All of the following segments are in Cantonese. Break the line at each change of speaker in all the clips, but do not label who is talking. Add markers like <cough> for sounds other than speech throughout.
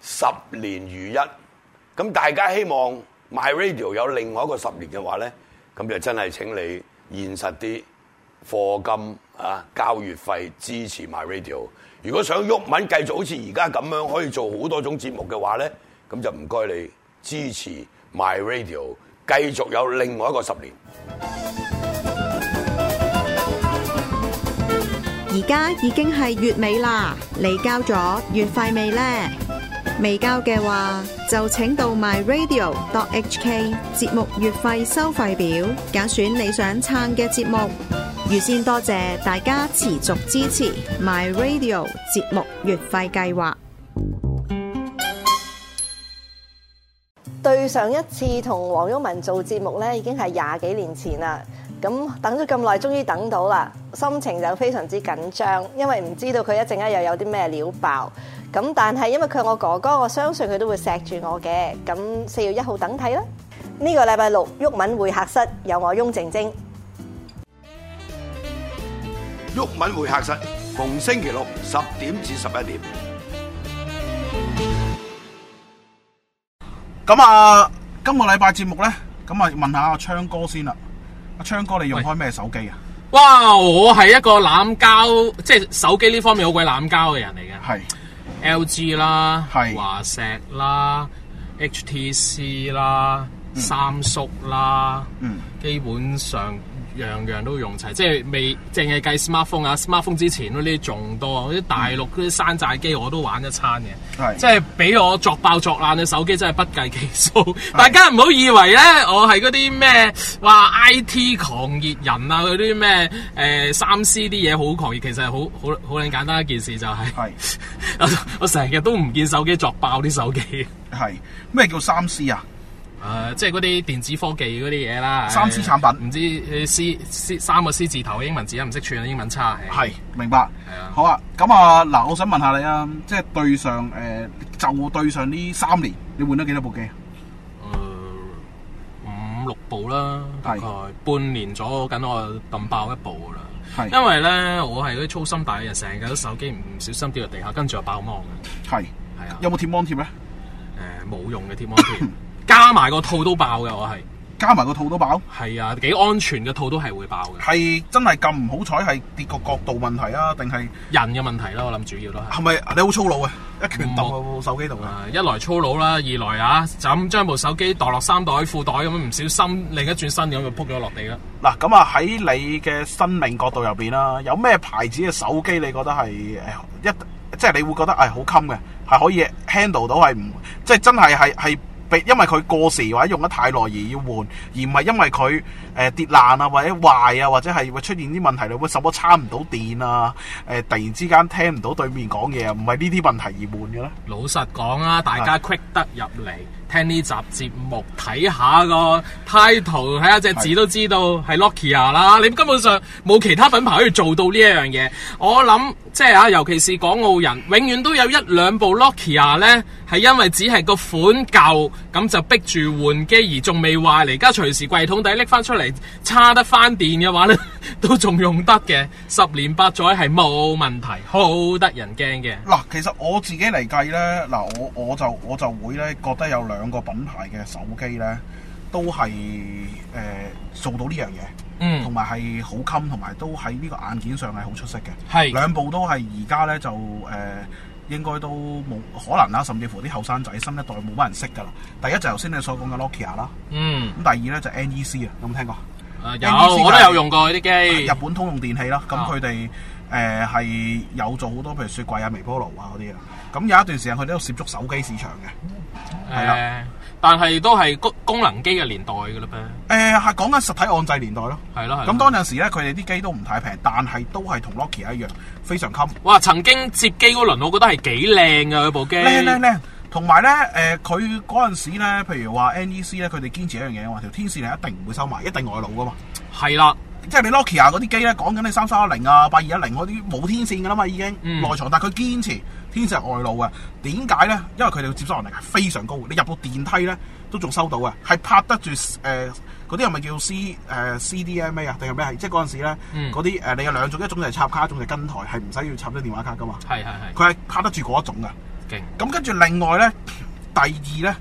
十年如一。咁大家希望 My Radio 有另外一個十年嘅話咧，咁就真係請你現實啲課金啊，交月費支持 My Radio。如果想鬱文繼續好似而家咁樣可以做好多種節目嘅話咧，咁就唔該你支持 My Radio，繼續有另外一個十年。
而家已經係月尾啦，你交咗月費未呢？未交嘅話，就請到 myradio.hk 節目月費收費表，揀選你想撐嘅節目。預先多謝大家持續支持 myradio 節目月費計劃。
對上一次同黃毓民做節目咧，已經係廿幾年前啦。咁等咗咁耐，終於等到啦，心情就非常之緊張，因為唔知道佢一陣間又有啲咩料爆。咁但係因為佢係我哥哥，我相信佢都會錫住我嘅。咁四月一號等睇啦。呢個禮拜六，毓民會客室有我翁靜晶。
毓民會客室，逢星期六十點至十一點。
咁啊，今個禮拜節目咧，咁啊問下阿昌哥先啦。阿昌哥，你用開咩手機啊？
哇！我係一個濫交，即係手機呢方面好鬼濫交嘅人嚟嘅。
係
LG 啦，
係
華碩啦，HTC 啦，三叔啦，
嗯
基本上樣樣都用齊，即係未淨係計 smartphone 啊，smartphone 之前嗰啲仲多，啲大陸嗰啲山寨機我都玩一餐嘅。
嗯係
即係俾我作爆作爛嘅手機真係不計其數。大家唔好以為咧，我係嗰啲咩話 I T 狂熱人啊，嗰啲咩誒三 C 啲嘢好狂熱，其實係好好好撚簡單一件事就係、
係
<laughs> 我我成日都唔見手機作爆啲手機，誒、
係咩叫三 C 啊？
即係嗰啲電子科技嗰啲嘢啦，
三 C 產品
唔知誒 C C 三個 C 字頭嘅英文字啊，唔識串英文差係
係明白
啊。
好啊，咁啊嗱，我想問下你啊，即係對上誒、就對上呢三年，你換咗幾多部機啊？
五六部啦，大
係
概半年左右緊，我抌爆一部噶啦。
係
因為咧，我係嗰啲粗心大嘅人，成日都手機唔小心跌落地下，跟住就爆芒嘅，
係
係啊，
有冇貼芒貼咧？
誒冇用嘅貼膜 <laughs> 貼，加埋個套都爆嘅，我係
加埋個套都爆，
係啊，幾安全嘅套都係會爆嘅，
係真係咁唔好彩，係跌個角度問題啊？定係
人嘅問題啦，我諗主要都係。
係咪你好粗魯啊？一拳
唔
揼落部手機度啊！
啊一來粗魯啦，二來啊就咁將部手機袋落衫袋、褲袋咁樣，唔小心另一轉身咁就撲咗落地啦。
嗱，咁啊喺你嘅生命角度入邊啦，有咩牌子嘅手機你覺得係誒一即係你會覺得係好襟嘅，係可以 handle 到係唔即係真係係係被因為佢過時或者用得太耐而要換，而唔係因為佢誒、呃跌爛啊或者壞啊或者係會出現啲問題，你會什麼插唔到電啊誒、呃突然之間聽唔到對面講嘢啊，唔係呢啲問題而換嘅咧。
老實講啊，大家 quick 得入嚟聽呢集節目，睇下個 title，睇下隻字都知道係 Nokia 啦。你根本上冇其他品牌可以做到呢一樣嘢。我諗即係啊，尤其是港澳人，永遠都有一兩部 Nokia 呢，係因為只係個款舊，咁就逼住換機，而仲未壞嚟。而家隨時櫃桶底拎翻出嚟，叉得翻電嘅話呢，都仲用得嘅，十年八載係冇問題，好得人驚嘅。
嗱，其實我自己嚟計呢，嗱，我我就我就會呢覺得有兩個品牌嘅手機呢，都係誒、呃做到呢樣嘢，
嗯
同埋係好襟，同埋都喺呢個硬件上係好出色嘅。
係
兩部都係而家呢，就誒、呃、應該都冇可能啦，甚至乎啲後生仔新一代冇乜人識㗎啦。第一就頭先你所講嘅 Nokia 啦，
嗯。
咁第二呢，就 NEC 啊，有冇聽過？
啊
NEC
有，我都有用過呢啲機
日。本通用電器啦，咁
啊
佢哋誒係有做好多譬如雪櫃啊、微波爐啊嗰啲啊。咁有一段時間佢哋都涉足手機市場嘅。係啦
誒，啊但係都係功功能機嘅年代㗎啦噃。
誒呃係講緊實體按掣年代咯。
係咯係咯
咁當陣時咧，佢哋啲機都唔太平，但係都係同 Nokia 一樣非常襟。
哇！曾經接機嗰輪，我覺得係幾靚嘅部機。
靚靚靚。同埋咧，誒佢嗰陣時咧，譬如話 NEC 咧，佢哋堅持一樣嘢，話條天線係一定唔會收埋，一定外露噶嘛。
係啦，
即係你 Nokia 嗰啲機咧，講緊你三三一零啊、八二一零嗰啲冇天線噶啦嘛，已經、
嗯
內藏，但係佢堅持天線係外露嘅。點解咧？因為佢哋嘅接收能力係非常高嘅，你入到電梯咧都仲收到嘅，係拍得住誒嗰啲係咪叫 C 誒、呃 CDMA 啊定係咩？係即係嗰陣時咧
嗯
嗰啲誒你有兩種，一種就係插卡，一種就係跟台，係唔使要插咗電話卡噶嘛。
係係係。
佢係拍得住嗰一種嘅，
勁
咁跟住另外咧，第二咧，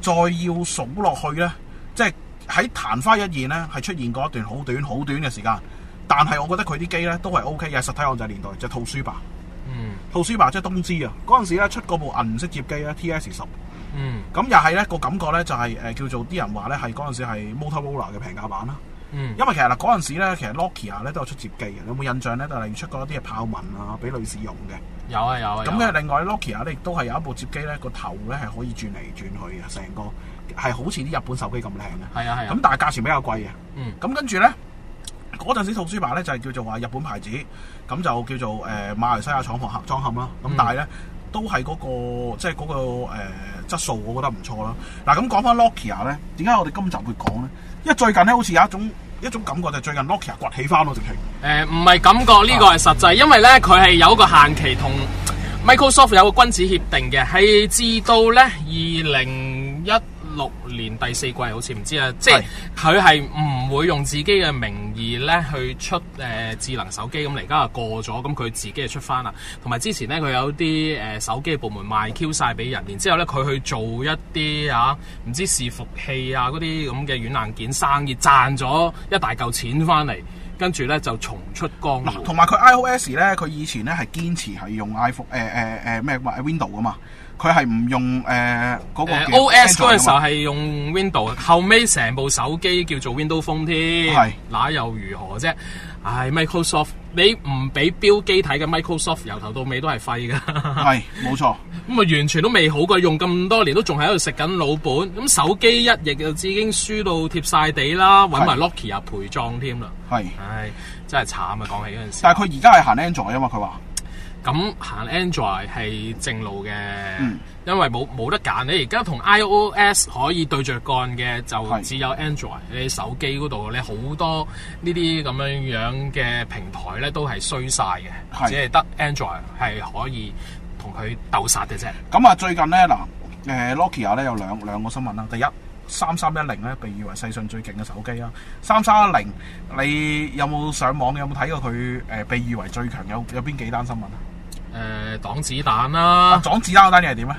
再要數落去咧，即係喺曇花一現咧，係出現過一段好短、好短嘅時間。但係我覺得佢啲機咧都係 O K 嘅，實體控制年代就係套書吧，
嗯
套書吧即係東芝啊。嗰陣時咧出嗰部銀色摺機咧 T S 十，咁
嗯
又係咧個感覺咧就係、呃叫做啲人話咧係嗰陣時係 Motorola 嘅平價版啦。
嗯
因為其實嗱嗰陣時咧，其實 Nokia 咧都有出摺機嘅，你有冇印象咧？就例如出過一啲嘅豹紋啊，俾女士用嘅。
有啊有啊，
咁
有啊
嘅另外 Nokia 咧，亦都係有一部摺機咧，個頭咧係可以轉嚟轉去嘅，成個係好似啲日本手機咁靚嘅。
係啊係啊
咁但係價錢比較貴嘅。
嗯
咁跟住咧，嗰陣時套書牌咧就係叫做話日本牌子，咁就叫做誒、呃、馬來西亞廠房裝嵌啦。咁
嗯
但係咧。都係嗰、個即係嗰個誒、呃、質素，我覺得唔錯啦。嗱咁講翻 Nokia 咧，點解我哋今集會講咧？因為最近咧好似有一種一種感覺，就係最近 Nokia 崛起翻咯，直情。
誒呃唔係感覺呢個係實際，因為咧佢係有一個限期同 Microsoft 有個君子協定嘅，係至到咧二零一六年第四季好似唔知啊，即係佢係唔會用自己嘅名義咧去出誒、呃智能手機咁，而家啊過咗，咁佢自己就出翻啦。同埋之前咧佢有啲誒、呃手機部門賣 Q 晒俾人，然之後咧佢去做一啲啊唔知伺服器啊嗰啲咁嘅軟硬件生意，賺咗一大嚿錢翻嚟。跟住咧就重出江湖
嗱，。同埋佢 iOS 咧，佢以前咧係堅持係用 iPhone 誒誒誒咩話 Window 噶嘛，佢係唔用誒嗰、個
誒
叫
OS 嗰
Android
陣時候
㗎嘛
係用 Windows，後尾成部手機叫做 Windows Phone 添，
係
那又如何啫？唉，Microsoft 你唔俾標機睇嘅 Microsoft 由頭到尾都係廢㗎，咁 <laughs> 啊
係冇錯，
完全都未好過，用咁多年都仲喺度食緊老本，咁手機一役就已經輸到貼晒地啦，揾埋 Nokia 陪葬添啦，
係。
唉，真係慘啊！講起嗰陣時。
但係佢而家係行 Android 啊嘛，佢話
咁行 Android 係正路嘅，
嗯
因為冇冇得揀。你而家同 iOS 可以對着幹嘅就
係
只有 Android。你手機嗰度咧好多呢啲咁樣樣嘅平台咧都係衰晒嘅，
係
只係得 Android 係可以同佢鬥殺嘅啫。
咁啊，最近咧嗱誒 Nokia 咧有兩兩個新聞啦，第一。三三一零咧，被譽為世上最勁嘅手機啦。三三一零，你有冇上網有冇睇過佢誒、呃被譽為最強有有邊幾單新聞啊？
誒、擋子彈啦，
撞子彈嗰單嘢係點咧？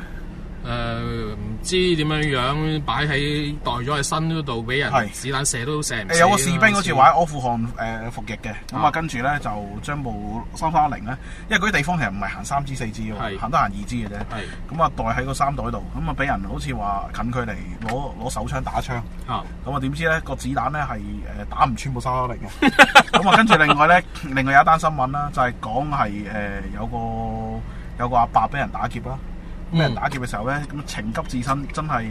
誒、唔知點樣樣擺喺袋咗喺身嗰度，俾人
係
子彈射都射唔死
誒有個士兵好似話喺
啦
阿富汗誒、呃服役嘅，咁
啊
啊跟住咧就將部三三一零咧，因為嗰啲地方其實唔係行三支四支嘅
係
喎，行得行二支嘅啫。
係
咁啊袋喺個衫袋度，咁啊俾人好似話近距離攞攞手槍打槍， <laughs>
啊
咁啊點知咧個子彈咧係誒打唔穿部三三一零嘅。 <laughs> 咁啊跟住另外咧，另外有一單新聞啦，就係講係誒有個有個阿伯俾人打劫啦。俾人打劫嘅時候咧，咁啊情急自身，真係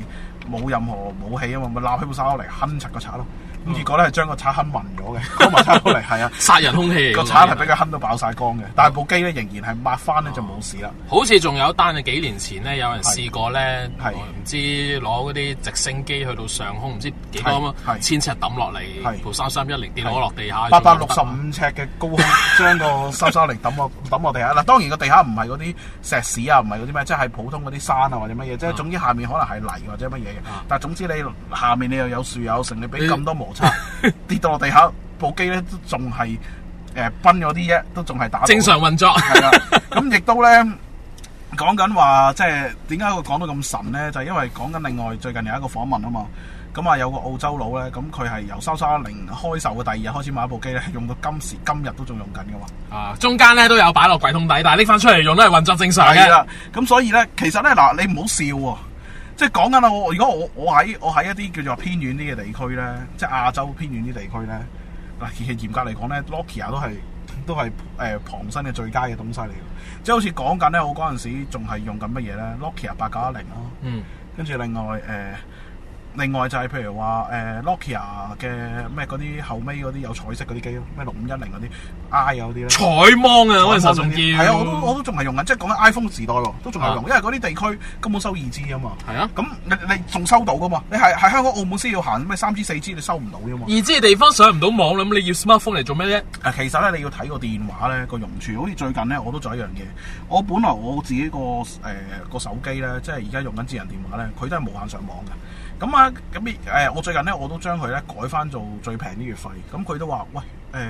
冇任何武器啊嘛，咪揦起部沙嚟哼柒個賊咯。咁結果咧係將個賊哼暈咗嘅， <laughs> 嗰埋賊嚟
<laughs>
係啊，
殺人兇器嚟㗎
個賊係俾佢哼到爆晒光嘅，但係部機咧仍然係抹翻咧就冇事啦。
好似仲有一單嘅幾年前咧，有人試過咧，
係
我唔知攞嗰啲直升機去到上空，唔知幾多咁啊
係係
千尺抌落嚟，
係
部三三一零跌落落地下，
八百六十五尺嘅高
<laughs>
空，將個沙沙嚟抌落抌落地下。嗱，當然個地下唔係嗰啲石屎啊，唔係嗰啲咩，即係普通嗰啲山啊或者乜嘢，即係總之下面可能係泥或者乜嘢嘅
啊。
但係總之你下面你又有樹有成，你俾咁多摩
<laughs>
擦跌到落地下，部機咧都仲係誒崩咗啲啫，都仲係打到
正常運作，
係啊啦。咁亦都咧。講緊話，即係點解會講到咁神咧？就係因為講緊另外最近有一個訪問啊嘛，咁啊有個澳洲佬咧，咁佢係由三三零開售嘅第二日開始買部機咧，用到今時今日都仲用緊嘅嘛。
<laughs> 啊中間咧都有擺落櫃桶底，但係拎翻出嚟用都係運作正常
係
嘅。
啦，咁所以咧，其實咧嗱，你唔好笑喎、即係講緊啦，啊我如果我我喺我喺一啲叫做偏遠啲嘅地區咧，即係亞洲偏遠啲地區咧，嗱其實嚴格嚟講咧，Nokia 都係都係誒、呃旁身嘅最佳嘅東西嚟嘅，即係好似講緊咧，我嗰陣時仲係用緊乜嘢咧？Nokia 八九一零咯。
嗯，
跟住另外誒、呃另外就係譬如話誒、呃 Nokia 嘅咩嗰啲後尾嗰啲有彩色嗰啲機咯，咩六五一零嗰啲 I 有啲咧。
彩芒啊嗰陣時候仲叫，啊
係啊，我都我都仲係用緊，即係講緊 iPhone 時代喎，都仲係用，因為嗰啲地區根本收二 G 啊嘛。
係啊。
咁你你仲收到噶嘛？你係喺香港、澳門先要行咩三 G、四 G，你收唔到噶嘛？
而知地方上唔到網啦，咁你要 smartphone 嚟做咩啫？
誒，其實咧你要睇個電話咧個用處，好似最近咧我都做一樣嘢。我本來我自己個誒個手機咧，即係而家用緊智能電話咧，佢都係無限上網嘅。咁啊，咁誒我最近咧我都將佢咧改翻做最平啲月費，咁佢都話喂誒。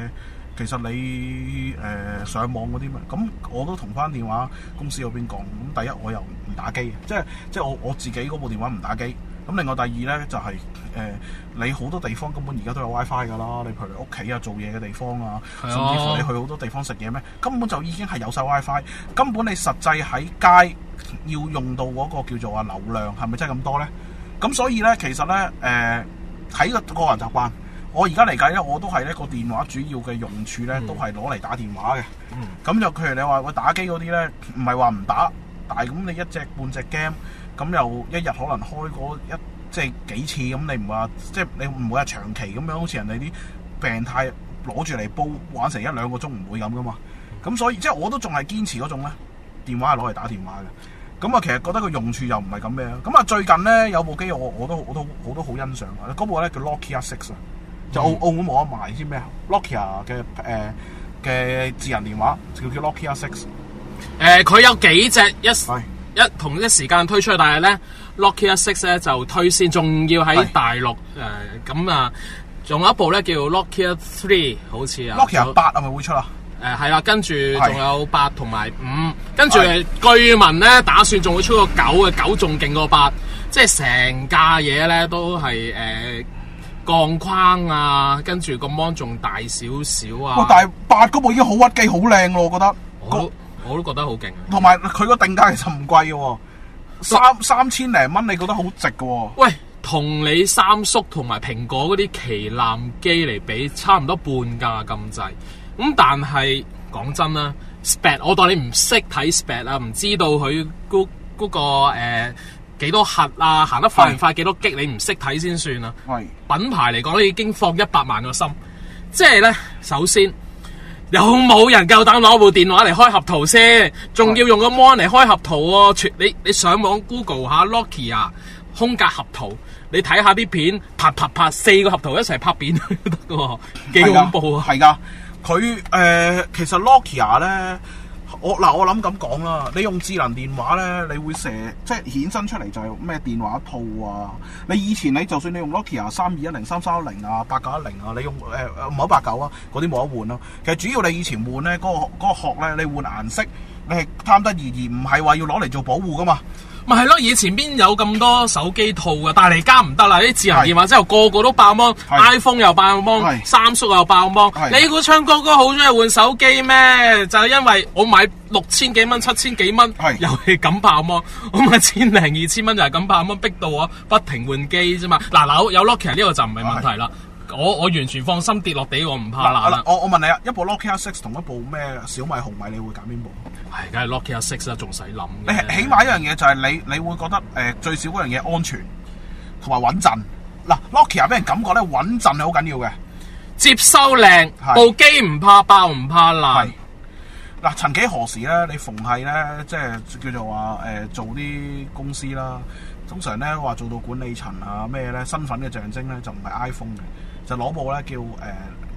其實你誒、呃上網嗰啲咩，咁我都同翻電話公司嗰邊講。咁第一我又唔打機嘅，即係即係我我自己嗰部電話唔打機。咁另外第二咧就係、呃你好多地方根本而家都有 WiFi 㗎啦，你譬如屋企啊、做嘢嘅地方啊，
係
甚
啊
至乎你去好多地方食嘢咩，根本就已經係有晒 WiFi。根本你實際喺街要用到嗰個叫做話流量係咪真係咁多咧？咁所以咧，其實咧，誒、睇個個人習慣。我而家嚟計咧，我都係呢個電話主要嘅用處
嗯
咧，都係攞嚟打電話嘅。咁就譬如你話我打機嗰啲咧，唔係話唔打，但係咁你一隻半隻 game，咁又一日可能開嗰一即係幾次，咁你唔話即係你唔會係長期咁樣，好似人哋啲病態攞住嚟煲玩成一兩個鐘唔會咁噶嘛。咁所以即係我都仲係堅持嗰種咧，電話係攞嚟打電話嘅。咁啊，其實覺得個用處又唔係咁咩啊。咁啊，最近咧有部機我我都我都我都好欣賞啊，嗰部咧叫 Nokia Six 啊，就澳澳門冇得賣，知咩啊？Nokia 嘅誒嘅智能電話就叫 Nokia Six，
誒，呃佢、有幾隻一
係
一同一時間推出，但係咧 Nokia Six 咧就推先，仲要喺
係
大陸誒咁啊，仲有一部咧叫 Nokia Three，好似啊
Nokia
有
八係咪會出啊？
誒係啦，跟住
係
仲有八同埋五，跟住
係
據聞咧打算仲會出個九嘅，九仲勁過八，即係成架嘢咧都係誒、呃鋼框啊，跟住個 mon 仲大少少
哇！
啊，
但係八嗰部已經好屈機，好靚咯，我覺得。
我都我都覺得好勁啊！
同埋佢個定價其實唔貴嘅喎，三三千零蚊，你覺得好值嘅喎。
喂，同你三叔同埋蘋果嗰啲旗艦機嚟比，差唔多半價咁滯。咁但係講真啦，spec 我當你唔識睇 spec 啊，唔知道佢嗰嗰個誒幾多核啊，行得快唔快，幾多激，你唔識睇先算啊啦。
喂，
品牌嚟講，你已經放一百萬個心，即係呢，首先。有冇人夠膽攞部電話嚟開合圖先？仲要用個 mon 嚟開合圖喎、全你你上網 Google 下 Nokia 空格合圖，你睇下啲片，拍拍拍四個合圖一齊拍片 <laughs> 都得嘅喎，幾恐怖啊！
係㗎，佢誒、呃其實 Nokia 咧，我嗱我諗咁講啦，你用智能電話咧，你會射即係衍生出嚟就係咩電話套啊？你以前你就算你用 Nokia 三二一零、三三一零啊、八九一零啊，你用誒誒唔好八九啊，嗰啲冇得換啦、其實主要你以前換咧，嗰、個嗰、個殼咧，你換顏色，你係貪得意而唔係話要攞嚟做保護㗎嘛。
咪係咯，以前邊有咁多手機套嘅，但係而家唔得啦，啲智能電話之後個個都爆芒
係
，iPhone 又爆芒，
係
三叔又爆芒。
係
你估昌哥哥好中意換手機咩？就係因為我買六千幾蚊、七千幾蚊
係，
又係咁爆芒。 <laughs> 我買千零二千蚊就係咁爆芒，逼到我不停換機啫嘛。嗱嗱，有 Nokia 呢個就唔係問題啦，我我完全放心跌落地，我唔怕
嗱
啦
嗱。我我問你啊，一部 Nokia Six 同一部咩小米紅米，你會揀邊部？
係，梗係 Nokia Six 啊啦，仲使諗
你
嘅。
起碼一樣嘢就係你，你會覺得誒、呃最少嗰樣嘢安全同埋穩陣。嗱，Nokia 俾人感覺咧穩陣係好緊要嘅。
接收靚，
係
部機唔怕爆，唔怕爛
係。嗱，曾幾何時咧，你逢係咧，即係叫做話誒、呃做啲公司啦，通常咧話做到管理層啊咩咧，身份嘅象徵咧就唔係 iPhone 嘅，就攞部咧叫誒、呃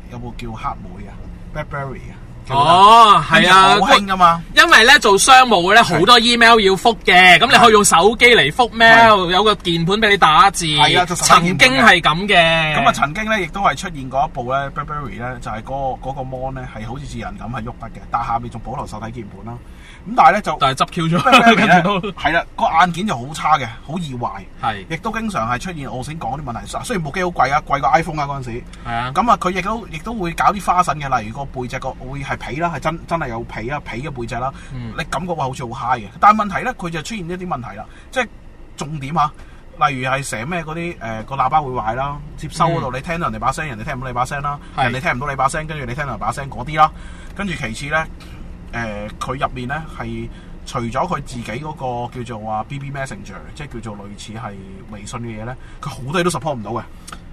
有部叫黑莓啊，BlackBerry 啊，記唔記得
哦，係啊，
好興噶嘛。
因為咧做商務嘅咧好多 email 要覆嘅，咁你可以用手機嚟覆 mail，有個鍵盤俾你打字。
係啊做手
曾
機鍵盤嘅
經係咁嘅。
咁啊，曾經咧亦都係出現過一部咧 BlackBerry 咧，就係嗰、個嗰、個 mon 咧係好似智能咁係喐得嘅，但係下面仲保留手體鍵盤啦。咁但係咧就
但係執 Q <laughs> 咗，
BlackBerry
跟
咧
住都
係啦，個硬件就好差嘅，好易壞，
係
亦都經常係出現我先講嗰啲問題。雖然部機好貴啊，貴過 iPhone 啊嗰陣時。
係啊。
咁啊，佢亦都亦都會搞啲花神嘅，例如個背脊個會係皮啦，係真真係有皮啊，皮嘅背脊啦。
嗯
你感覺話好似好 high 嘅，但係問題咧，佢就出現一啲問題啦，即係重點嚇。例如係成咩嗰啲誒個喇叭會壞啦，接收
嗯
嗰度你聽到人哋把聲，人哋聽唔到你把聲啦，
係
人哋聽唔到你把聲，跟住你聽到人把聲嗰啲啦。跟住其次咧，誒佢入面咧係除咗佢自己嗰個叫做話 BB Messenger，即係叫做類似係微信嘅嘢咧，佢好多嘢都 support 唔到嘅。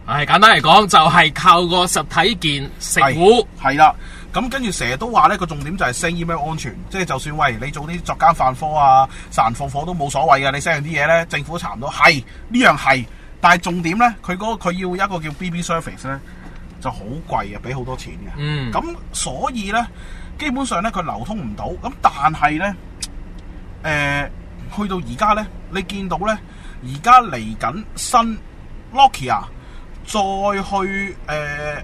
唉，簡單嚟講就係靠個實體鍵食糊。
係啦。咁跟住成日都話呢個重點就係 send email 安全，即係就算喂你做啲作奸犯科啊、殺人放火都冇所謂嘅，你 send 啲嘢呢，政府查唔到，係呢樣係，但係重點呢，佢嗰個佢要一個叫 BB service 呢，就好貴啊，俾好多錢嘅。
嗯
咁所以呢，基本上呢，佢流通唔到，咁但係呢，誒、去到而家呢，你見到呢，而家嚟緊新 Nokia 再去誒、呃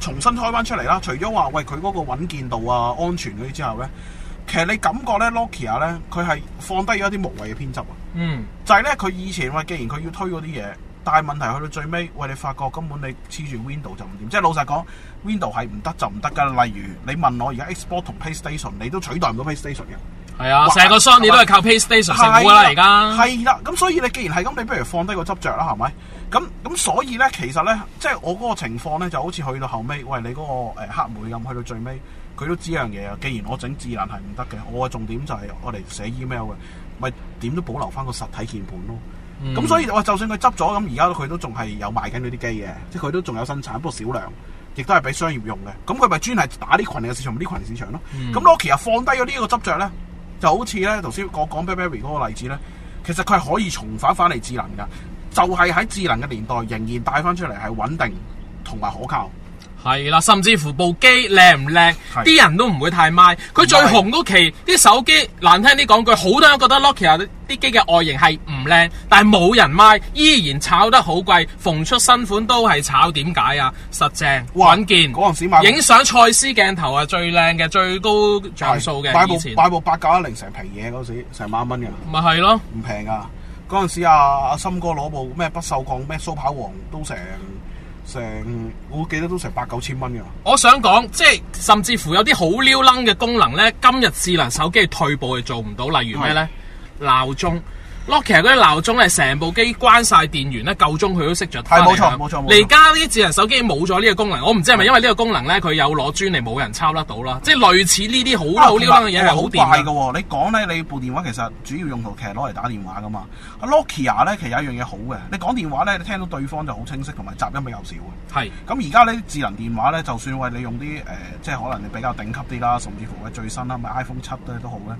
重新開翻出嚟啦。除咗話喂佢嗰個穩健度啊、安全嗰啲之後咧，其實你感覺咧 Nokia 咧佢係放低咗一啲無謂嘅編輯啊。
嗯，
就係咧，佢以前話，既然佢要推嗰啲嘢，但係問題去到最尾，喂，你發覺根本你黐住 Window 就唔掂，即係老實講，Window 係唔得就唔得㗎。例如你問我而家 Xbox 同 PlayStation，你都取代唔到 PlayStation 嘅。
係啊，
哇
成個 Sony 都係靠 PlayStation 成股啦，而家
係啊啦，咁所以你既然係咁，你不如放低個執着啦，係咪？咁咁所以咧，其實咧，即係我嗰個情況咧，就好似去到後尾，喂，你嗰、個、呃、黑莓咁，去到最尾，佢都知一樣嘢啊。既然我整智能係唔得嘅，我嘅重點就係我哋寫 email 嘅，咪啊點都保留翻個實體鍵盤咯。咁、所以我就算佢執咗，咁而家佢都仲係有賣緊嗰啲機嘅，即係佢都仲有生產，不過少量，亦都係俾商業用嘅。咁佢咪專係打啲群嘅市場，呢群市場咯。咁 Nokia 放低咗呢個執着咧，就好似咧頭先我講 BlackBerry 嗰個例子咧，其實佢係可以重返翻嚟智能㗎，就係、喺智能嘅年代仍然帶翻出嚟係穩定同埋可靠。
係啦，甚至乎部機靚唔靚，
係
啲人都唔會太 mind。佢最紅嗰期啲手機難聽啲講句，好多人覺得 Nokia 啲機嘅外形係唔靚，但係冇人 mind，依然炒得好貴，逢出新款都係炒，點解啊？實正
哇
穩健，
嗰陣時買部
影相蔡司鏡頭啊，最靚嘅，最高像素
買
嘅，
部
以前
買部八九一零成皮嘢嗰時，成萬蚊㗎，唔
咪係咯。
平㗎。嗰陣時阿阿森哥攞部咩不鏽鋼咩蘇跑王都成成，我記得都成八九千蚊㗎。
我想講，即係甚至乎有啲好撩楞嘅功能呢，今日智能手機退步係做唔到，例如咩呢？鬧鐘。Nokia 嗰啲鬧鐘係成部機關晒電源咧，夠鐘佢都熄咗燈
係
嚟㗎。
冇錯冇錯冇錯
你而家啲智能手機冇咗呢個功能，我唔知係咪因為呢個功能呢，佢有攞專嚟冇人抄得到啦。即係類似呢啲
啊
好好撩楞嘅嘢係好
怪嘅
掂㗎。
喎。你講咧，你部電話其實主要用途其實攞嚟打電話噶嘛。阿 Nokia 咧，其實有一樣嘢好嘅，你講電話咧，你聽到對方就好清晰，同埋雜音比較少嘅。
係
咁而家呢啲智能電話咧，就算喂你用啲誒、呃即係可能你比較頂級啲啦，甚至乎嘅最新啦，咪 iPhone 七咧都好咧。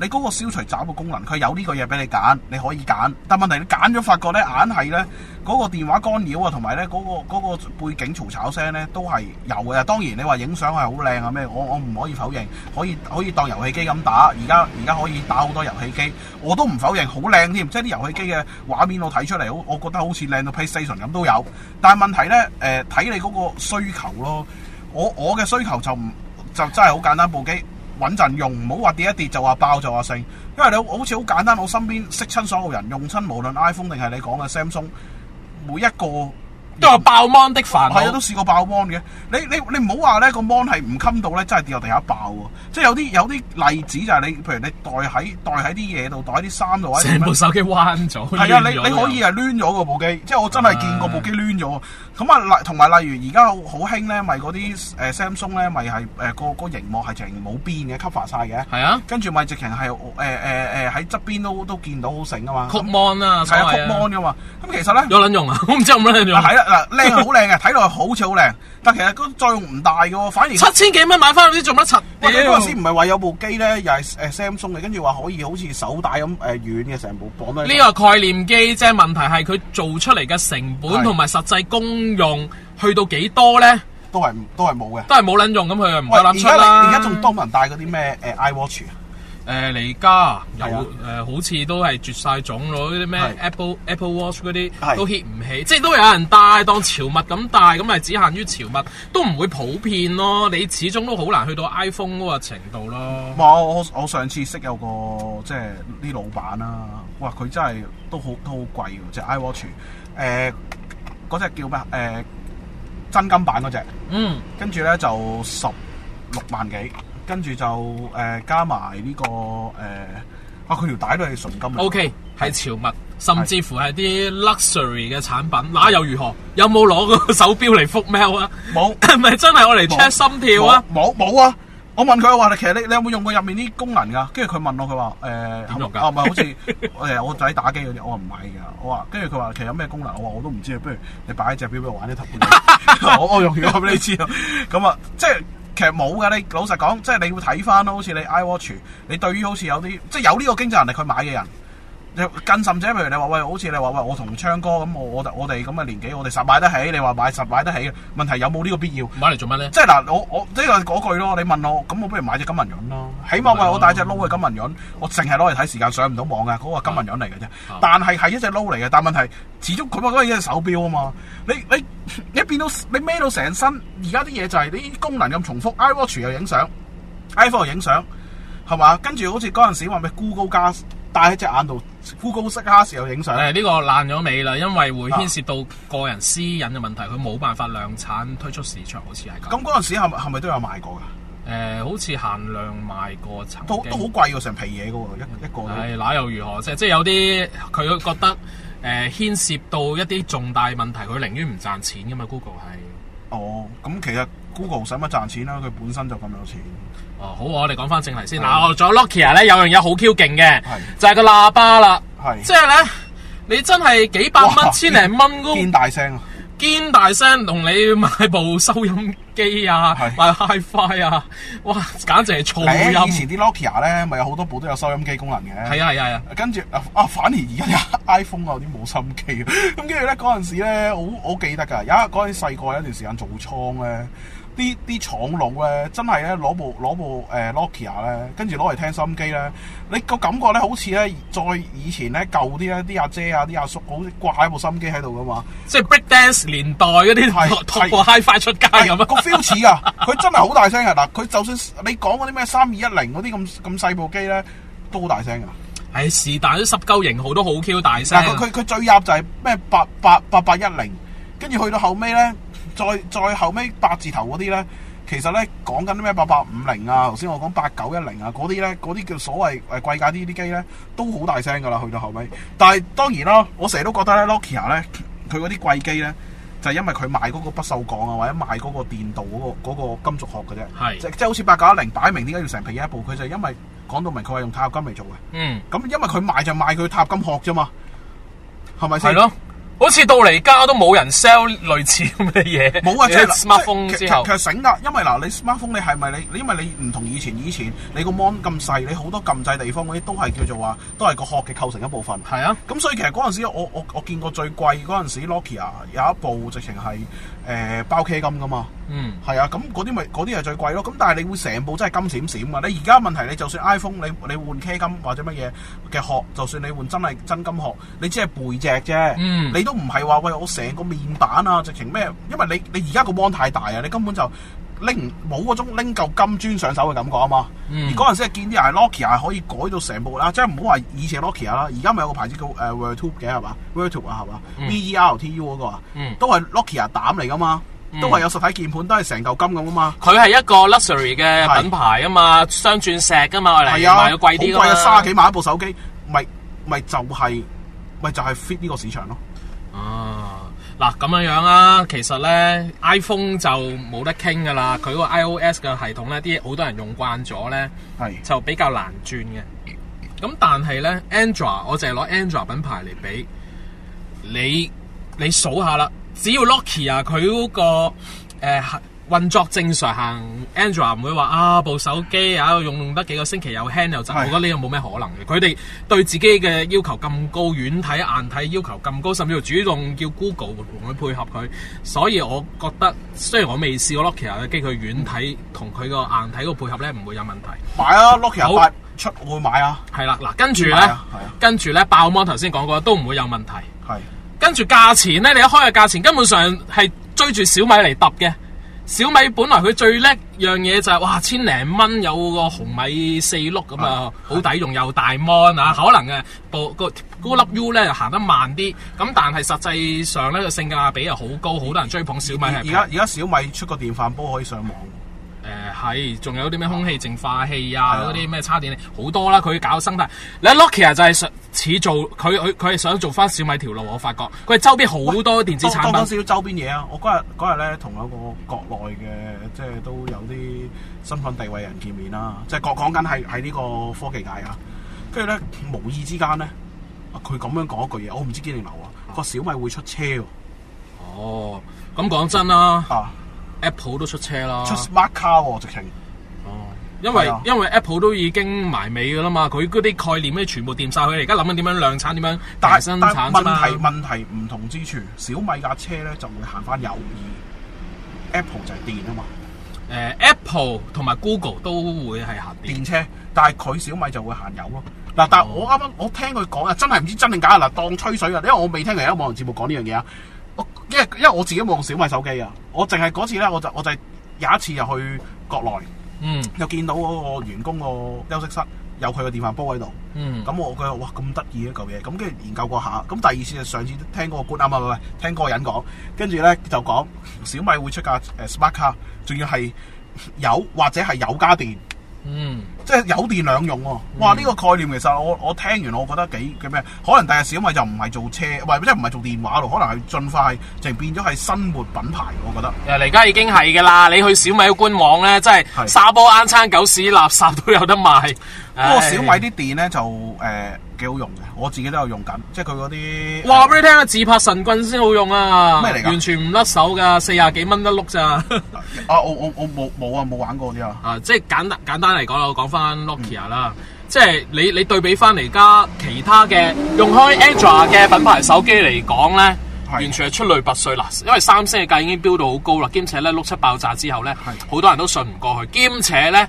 你嗰個消除雜嘅功能，佢有呢個嘢俾你揀，你可以揀。但問題你揀咗，發覺咧硬係咧嗰個電話干擾啊，同埋咧嗰個嗰、個背景嘈吵聲咧都係有嘅。當然你話影相係好靚啊咩，我我唔可以否認，可以可以當遊戲機咁打。而家而家可以打好多遊戲機，我都唔否認好靚添。即係啲遊戲機嘅畫面我睇出嚟，好我覺得好似靚到 PlayStation 咁都有。但係問題咧，誒、睇你嗰個需求咯。我我嘅需求就唔就真係好簡單，部機穩陣用，唔好話跌一跌就話爆就話剩。因為你好好似好簡單，我身邊識親所有人用親，無論 iPhone 定係你講嘅 Samsung，每一個
都有爆芒的煩
係啊，都
惱。
試過爆 mon 嘅。你你你唔好話咧個 mon 係唔襟到咧，真係跌落地下爆喎。即係有啲有啲例子就係你，譬如你袋喺袋喺啲嘢度，袋喺啲衫度，或者
<laughs> 成部手機彎咗。
係啊，
攣
你
咗
你可以係攣咗個部機，即係我真係見過部機攣咗。咁啊，例同埋例如而家好好興咧，咪嗰啲誒 Samsung 咧，咪係誒個個熒幕係直情冇邊嘅 cover 晒嘅，
係啊，
跟住咪直情係誒誒誒喺側邊都都見到好醒啊嘛，
曲 mon 啊，所
係啊曲
謂啊
mon 噶嘛。咁其實咧。
有撚用啊！ <laughs> 我唔知有冇撚用
嗱。係啦，嗱靚係好靚嘅，睇落去好似好靚，但其實嗰個作用唔大嘅喎，反而
七千幾蚊買翻去啲做乜柒？
喂佢嗰陣時
屌
唔係話有部機咧，又係誒 Samsung 嘅，跟住話可以好似手帶咁誒軟嘅成部綁得。
呢個概念機啫，問題係佢做出嚟嘅成本
係
同埋實際功用去到幾多咧，
都係唔都係冇嘅。
都係冇撚用，咁佢就唔
喂，
夠
而
膽出
家
啦。
而家仲多人戴嗰啲咩誒 iWatch 啊？
誒嚟家有
係啊
誒、好似都係絕晒種咯，嗰啲咩
係
Apple Apple Watch 嗰啲
係
都 hit 唔起，即係都有人戴當潮物咁戴，咁咪只限於潮物，都唔會普遍咯。你始終都好難去到 iPhone 嗰個程度咯。
我我我上次識有個即係啲老闆啦、哇！佢真係都好都好貴喎，隻 iWatch 誒、嗰只叫咩啊誒、真金版嗰只，
嗯，
跟住咧就十六萬幾，跟住就誒、加埋呢、個誒、啊佢條帶都係純金嚟
O K，係潮物，甚至乎係啲 luxury 嘅產品，那又如何？有冇攞個手錶嚟覆 mail 啊？
冇
<laughs> 係咪真係我嚟 check 心跳啊？
冇冇冇啊！我問佢我話，其實你你有冇用過入面啲功能㗎？跟住佢問我佢話誒，
點用㗎
啊唔係好似 <laughs> 誒我仔打機嗰啲，我話唔係㗎。我話跟住佢話其實有咩功能？我話我都唔知啊，不如你擺喺隻表俾我玩一頭
<laughs>
半日我我用完我俾你知啊。咁啊，即係。其實冇㗎，你老實講，即係你會睇翻咯，好似你 iWatch，你對於好似有啲即係有呢個經濟能力去買嘅人，你更甚者，譬如你話喂，好似你話喂，我同昌哥咁，我我我哋咁嘅年紀，我哋實買得起。你話買實買得起，問題有冇呢個必要？
買嚟做乜咧？
即係嗱，我我呢個嗰句咯，你問我，咁我不如買只金文潤咯，起碼喂我帶隻撈嘅金文潤，我淨係攞嚟睇時間上唔到網嘅，嗰、個金文潤嚟嘅啫
啊。
但係係一隻撈嚟嘅，但問題始終佢嗰係一隻手錶啊嘛。你你你變到你孭到成身，而家啲嘢就係你啲功能咁重複，iWatch 又影相，iPhone 又影相，係嘛？跟住好似嗰陣時話咩 Google 加戴喺隻眼度，Google 色卡時又影相。
誒呢個爛咗尾啦，因為會牽涉
啊
到個人私隱嘅問題，佢冇辦法量產推出市場，好似係咁。
咁嗰陣時係咪係咪都有賣過㗎？
誒、好似限量賣過曾
都
經
都好貴喎，成皮嘢嘅喎，一一個都。
係那又如何啫？即係有啲佢覺得誒、牽涉到一啲重大問題，佢寧願唔賺錢噶嘛。Google 係
哦，咁其實 Google 使乜賺錢啊啦？佢本身就咁有錢。
哦好，我哋講翻正題先。嗱，我仲有 Nokia 咧，有樣嘢好 Q 勁嘅
係，
就係個喇叭啦。
係
即係咧，你真係幾百蚊
哇、
千零蚊都
堅大聲啊！
堅大聲同你買部收音機啊，
係啊
買 HiFi 啊，哇，簡直係噪
誒，以
音。
前啲 Nokia 咧，咪有好多部都有收音機功能嘅。
係啊係啊係啊，
跟住啊啊，反而而家啲 <laughs> iPhone 啊有啲冇心機啊咁跟住咧嗰陣時咧，我我記得㗎，有一嗰陣時細個有一段時間做倉咧，啲啲廠佬咧真係咧攞部攞部誒 Nokia 咧，跟住攞嚟聽收音機咧，你個感覺咧好似咧再以前咧舊啲咧啲阿姐啊啲阿叔好似掛喺部收音機喺度㗎嘛。
即係 break dance 年代嗰
係
啲
係
托部 HiFi 出街
係
咁
哎個
啊。
feel 似噶，佢真係好大聲噶。啊嗱，佢就算你講嗰啲咩三二一零嗰啲咁咁細部機咧，都好大聲啊噶。
唉，是但啲濕鳩型號都好 Q 大聲啊
嗱，。佢佢佢最入就係咩八八八八一零，跟住去到後尾咧，再再後尾八字頭嗰啲咧，其實咧講緊啲咩八八五零啊，頭先我講八九一零啊，嗰啲咧嗰啲叫所謂誒貴價啲啲機咧，都好大聲噶啦，去到後尾。但係當然啦，我成日都覺得咧，Nokia 咧佢嗰啲貴機咧。就係因為佢賣嗰個不鏽鋼啊，或者賣嗰個電鍍嗰、個嗰個金屬殼嘅啫，
係
即即係好似八九一零擺明點解要成皮嘢一部，佢就係因為講到明佢係用鈦合金嚟做嘅。
嗯，
咁因為佢賣就賣佢塔金殼啫嘛，係咪先？
係咯，好似到嚟家都冇人 sell 類似咁嘅嘢。
冇啊，即係
smartphone
即係其
之後
其，實醒㗎，因為嗱，你 smartphone 你係咪你你？因為你唔同以前，以前你個 mon 咁細，你好多撳掣地方嗰啲都係叫做話，都係個殼嘅構成一部分。
係啊，
咁所以其實嗰陣時我，我我見過最貴嗰陣時，Nokia 有一部直情係誒包 K 金㗎嘛。
嗯，
係啊，咁嗰啲咪嗰啲係最貴咯。咁但係你會成部真係金閃閃嘛？你而家問題，你就算 iPhone 你你換 K 金或者乜嘢嘅殼，就算你換真係真金殼，你只係背脊啫，
嗯
你都唔係話喂我成個面板啊，直情咩？因為你你而家個 mon 太大啊，你根本就拎唔冇嗰種拎嚿金磚上手嘅感覺啊嘛。
嗯
而嗰陣時係見啲人係 Nokia 係可以改到成部啦，即係唔好話以前 Nokia 啦，而家咪有個牌子叫誒 Vertube 嘅係嘛，Vertube 啊係嘛
嗯
，V E R T U 嗰個啊
嗯，
都係 Nokia 膽嚟噶嘛。
嗯
都係有實體鍵盤，都係成嚿金咁啊嘛。
佢係一個 luxury 嘅
係
品牌啊嘛，雙鑽石噶嘛，嚟
係啊，
賣
好
到貴啲㗎
貴啊，
嘛
卅。幾萬一部手機，咪咪就係、咪就係 fit 呢個市場咯。
啊，嗱咁樣樣啦，其實咧 iPhone 就冇得傾噶啦，佢個 iOS 嘅系統咧，啲好多人用慣咗咧，
係
就比較難轉嘅。咁但係咧，Android 我淨係攞 Android 品牌嚟比，你你數下啦，只要 Nokia 佢嗰、個誒、呃、運作正常行，Android 唔會話啊部手機啊用用得幾個星期又輕又窒，我
係
覺得呢個冇咩可能嘅。佢哋對自己嘅要求咁高，軟體硬體要求咁高，甚至乎主動叫 Google 同佢配合佢，所以我覺得雖然我未試過 Nokia 嘅機，佢軟體同佢個硬體個配合咧唔會有問題。
買啊，Nokia
好
八出我會買啊，
係啦，嗱，跟住
係
咧
啊係啊，
跟住咧，爆芒頭先講過都唔會有問題。
係
跟住價錢咧，你一開嘅價錢根本上係追住小米嚟揼嘅。小米本來佢最叻樣嘢就係、哇千零蚊有個紅米四碌咁啊，好抵用又大 mon 啊，可能嘅部個嗰粒 U 咧行得慢啲，咁但係實際上咧個性價比又好高，好多人追捧小米
而
係
而
平
家而家小米出個電飯煲可以上網，
誒係，仲有啲咩空氣淨化器啊
係，啊
嗰啲咩叉電器好多啦，佢搞生態。你睇 Nokia 就係想似做佢佢佢係想做翻小米條路，我發覺佢係周邊好多電子
哦多
產
多多
品。
少周邊嘢啊！我嗰日嗰日咧同有個國內嘅即係都有啲身份地位人見面啦，即係講講緊係喺呢個科技界啊。跟住咧無意之間咧，啊佢咁樣講一句嘢，我唔知堅定流啊，個小米會出車喎
哦，咁講真啦
啊，
，Apple 都出車啦，
出 smart car 喎直情。
哦因為
係啊
因為 Apple 都已經埋尾噶啦嘛，佢嗰啲概念咧全部掂晒佢，而家諗緊點樣量產，點樣
但
大
係
生
但
產啫
問
嘛。
題問題唔同之處，小米架車咧就會行翻右耳，Apple 就係電啊嘛，
誒 Apple 同埋 Google 都會係行電。
電車，但係佢小米就會行右咯。嗱，但係我啱啱我聽佢講啊，真係唔知真定假啊！嗱，當吹水啊，因為我未聽其他網紅節目講呢樣嘢啊。我因為因為我自己冇用小米手機啊，我淨係嗰次咧，我就我就係有一次又去國內，
嗯
又見到嗰個員工個休息室有佢個電飯煲喺度。
嗯，
咁我覺得哇咁得意嘅嚿嘢，咁跟住研究過下，咁第二次就上次聽嗰個官啊，唔係唔係聽嗰個人講，跟住咧就講小米會出架誒 smart car，仲要係有或者係有家電，
嗯
即係有電兩用喎、哇！呢、個概念其實我我聽完我覺得幾幾咩，可能第日小米就唔係做車，唔係即係唔係做電話咯，可能係進化係就變咗係生活品牌，我覺得。
誒嚟家已經係噶啦，你去小米嘅官網咧，真係
係
沙煲、罌餐、狗屎、垃圾都有得賣。
<laughs> 不
唉
過小米啲電咧就呃誒幾、好用嘅，我自己都有用緊，即係佢嗰啲
話俾你聽啊，自拍神棍先好用啊！
咩嚟㗎
完全唔甩手噶，四廿幾蚊一碌
<laughs>
咋。
啊！我我我冇冇啊冇玩過嗰啲啊。
啊，即係簡單簡單嚟講啦，我講翻 Nokia 啦，即係你你對比翻嚟家其他嘅用開 Android 嘅品牌手機嚟講咧，
係
完全係出類拔萃啦。因為三星嘅價已經飆到好高啦，兼且咧碌七爆炸之後咧，
係
好多人都信唔過去，兼且咧誒、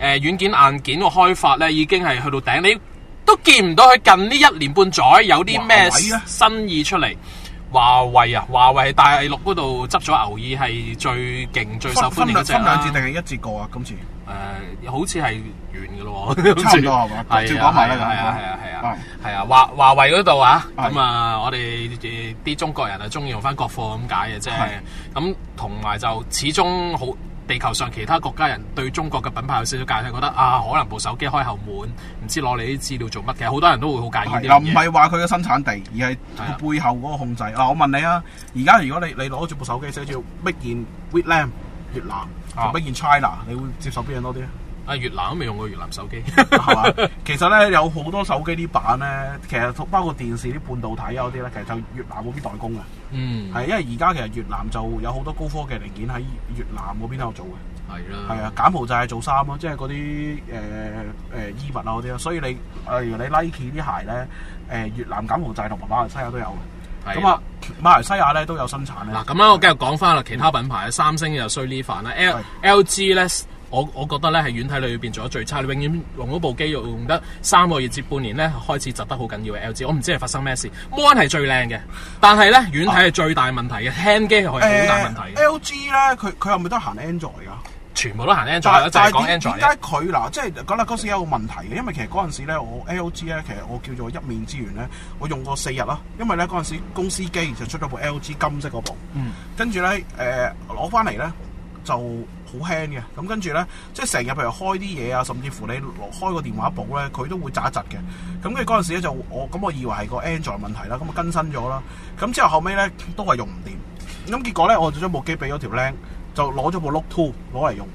呃、軟件硬件嘅開發咧已經係去到頂，你都見唔到佢近呢一年半載有啲咩
華為啊呢
新意出嚟。華為啊，華為係大陸嗰度執咗牛耳係最勁、最受
分
歡
分
迎嗰
兩
啊只
分兩節
啦
定。係一節過啊？今次
誒、好似係完嘅咯喎，
<laughs> 差唔多係嘛
係啊
照講埋啦
係啊係啊係啊
係
係啊，華華為嗰度啊，
係
咁啊，我哋誒啲中國人啊，中意用翻國貨咁解嘅啫
係。
咁同埋就始終好。地球上其他國家人對中國嘅品牌有少少戒，覺得啊，可能部手機開後門，唔知攞你啲資料做乜嘅，好多人都會好介
係嗱，
意呢
唔
樣嘢。
係話佢嘅生產地，而係
係啊
背後嗰個控制。嗱，我問你啊，而家如果你你攞住部手機寫住 Made in Vietnam 越南
啊
同 Made in China，你會接受邊樣
<laughs>
多啲咧？
啊，越南都未用過越南手機。
係嘛？其實咧有好多手機啲版咧，其實包括電視啲半導體啊嗰啲咧，其實就越南嗰邊代工嘅。
嗯，
係因為而家其實越南就有好多高科技零件喺越南嗰邊喺度做嘅。
係啦。
係啊，柬埔寨係做衫咯，即係嗰啲誒誒呃衣物啊嗰啲咯，所以你例如你 Nike 啲鞋咧，誒、越南、柬埔寨同埋馬來西亞都有嘅。
係
咁啊，馬來西亞咧都有生產咧。
嗱，咁啊啦，我繼續講翻啦，其他品牌三星又衰呢份啦，L
係
LG 咧，我我覺得咧係軟體裏邊做得最差，你永遠用嗰部機用得三個月至半年咧，開始窒得好緊要嘅 LG，我唔知係發生咩事，mon 係最靚嘅，但係咧軟體係最大問題嘅，輕機係好大問題嘅，
L G 咧，佢佢係咪都行 Android 噶？
全部都行 Android 啦，就係
點
講
點
Android
解
啫
佢嗱，即係講啦，嗰時有個問題嘅，因為其實嗰陣時咧，我 L G 咧，其實我叫做一面之緣咧，我用過四日啦，因為咧嗰陣時公司機就出咗部 L G 金色嗰部，
嗯
跟住咧誒攞翻嚟咧就好輕嘅，咁跟住咧即係成日譬如開啲嘢啊，甚至乎你落開個電話簿咧，佢都會窒一窒嘅。咁跟住嗰陣時咧就我咁我以為係個 Android 問題啦，咁啊更新咗啦，咁之後後尾咧都係用唔掂，咁結果咧我就將部機俾咗條僆，就攞咗部 Note Two 攞嚟用。